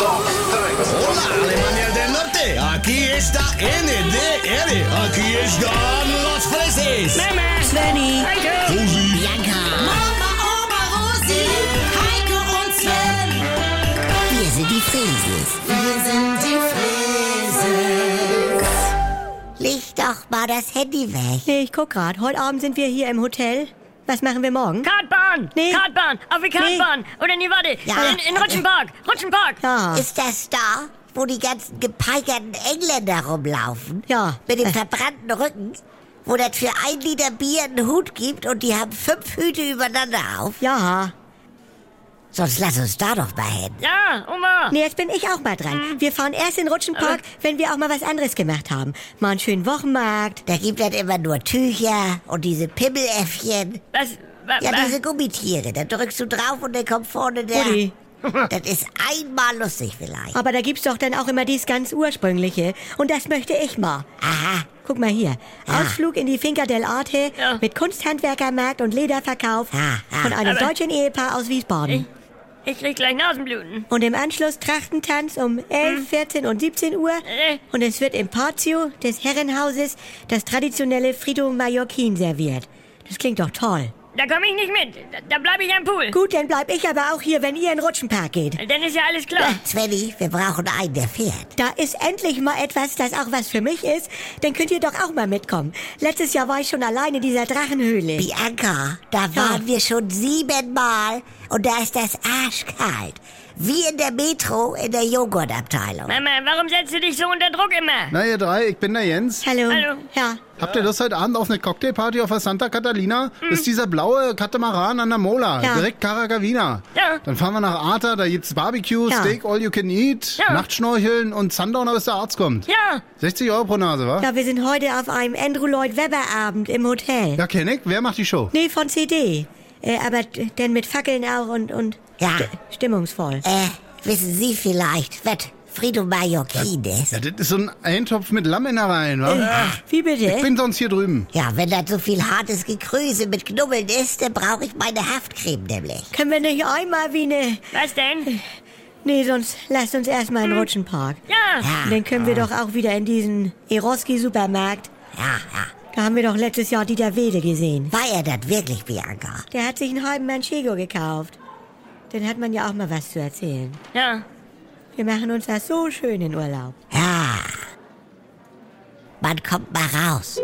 Hola, Alemania del Norte. Aquí está NDR. Aquí están los freses. Mama, Svenny, Heike, Rosi. Bianca. Mama, Oma, Rosi, Heike und Sven. Wir sind die Frieses. Wir sind die Frises. Leg doch mal das Handy weg. Nee, ich guck grad. Heute Abend sind wir hier im Hotel. Was machen wir morgen? Kartbahn! Nee. Kartbahn! Auf die Kartbahn! Oder nee, warte! Ja. In, in Rutschenpark! Rutschenpark! Ah. Ja. Ist das da, wo die ganzen gepeikerten Engländer rumlaufen? Ja. Mit Äh. dem verbrannten Rücken? Wo das für ein Liter Bier einen Hut gibt und die haben fünf Hüte übereinander auf? ja. Sonst lass uns da doch mal hin. Ja, Oma! Nee, jetzt bin ich auch mal dran. Wir fahren erst in den Rutschenpark, wenn wir auch mal was anderes gemacht haben. Mal einen schönen Wochenmarkt. Da gibt es immer nur Tücher und diese Pimmeläffchen. Was? wa- Ja, wa- diese Gummitiere. Da drückst du drauf und dann kommt vorne der... Uli. Das ist einmal lustig vielleicht. Aber da gibt's doch dann auch immer dies ganz ursprüngliche. Und das möchte ich mal. Aha. Guck mal hier. Ausflug in die Finca del Arte Ja. mit Kunsthandwerkermarkt und Lederverkauf Ah, ah. von einem Aber- deutschen Ehepaar aus Wiesbaden. Ich krieg gleich Nasenbluten. Und im Anschluss Trachtentanz um 11, 14 und 17 Uhr. Hm. Äh. Und es wird im Patio des Herrenhauses das traditionelle Frido Mallorquin serviert. Das klingt doch toll. Da komm ich nicht mit. Da, da bleib ich am Pool. Gut, dann bleib ich aber auch hier, wenn ihr in den Rutschenpark geht. Dann ist ja alles klar. Svenny, wir brauchen einen, der fährt. Da ist endlich mal etwas, das auch was für mich ist. Dann könnt ihr doch auch mal mitkommen. Letztes Jahr war ich schon allein in dieser Drachenhöhle. Bianca, da waren wir schon siebenmal und da ist das arschkalt. Wie in der Metro in der Joghurtabteilung. Mama, warum setzt du dich so unter Druck immer? Na ihr drei, ich bin der Jens. Hallo. Hallo. Ja. Habt ihr Lust heute Abend auf eine Cocktailparty auf der Santa Catalina? Ist dieser blaue Katamaran an der Mola, Ja. direkt Caracavina. Ja. Dann fahren wir nach Arta, da gibt's Barbecue, Ja. Steak, All You Can Eat, Ja. Nachtschnorcheln und Sundowner, bis der Arzt kommt. Ja, 60 Euro pro Nase, wa? Ja, wir sind heute auf einem Andrew Lloyd Webber Abend im Hotel. Ja, kenn ich. Wer macht die Show? Nee, von CD. Äh, aber d- denn mit Fackeln auch und, und Ja. st- stimmungsvoll. Äh, wissen Sie vielleicht, was Frido Mallorquin ist? Ja, das ist so ein Eintopf mit Lamminnereien, wa? Wie bitte? Ich bin sonst hier drüben. Ja, wenn das so viel hartes Gekröse mit Knubbeln ist, dann brauche ich meine Haftcreme nämlich. Können wir nicht einmal wie ne... was denn? Nee, sonst lasst uns erstmal Hm. in den Rutschenpark. Ja, Ah. Und dann können wir doch auch wieder in diesen Eroski-Supermarkt. Ja, ja. Da haben wir doch letztes Jahr Dieter Wede gesehen. War er das wirklich, Bianca? Der hat sich einen halben Manchego gekauft. Dann hat man ja auch mal was zu erzählen. ja. Wir machen uns das so schön in Urlaub. Ja. Man kommt mal raus.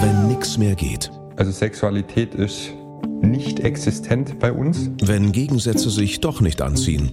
Wenn nix mehr geht. Also Sexualität ist nicht existent bei uns. Wenn Gegensätze sich doch nicht anziehen.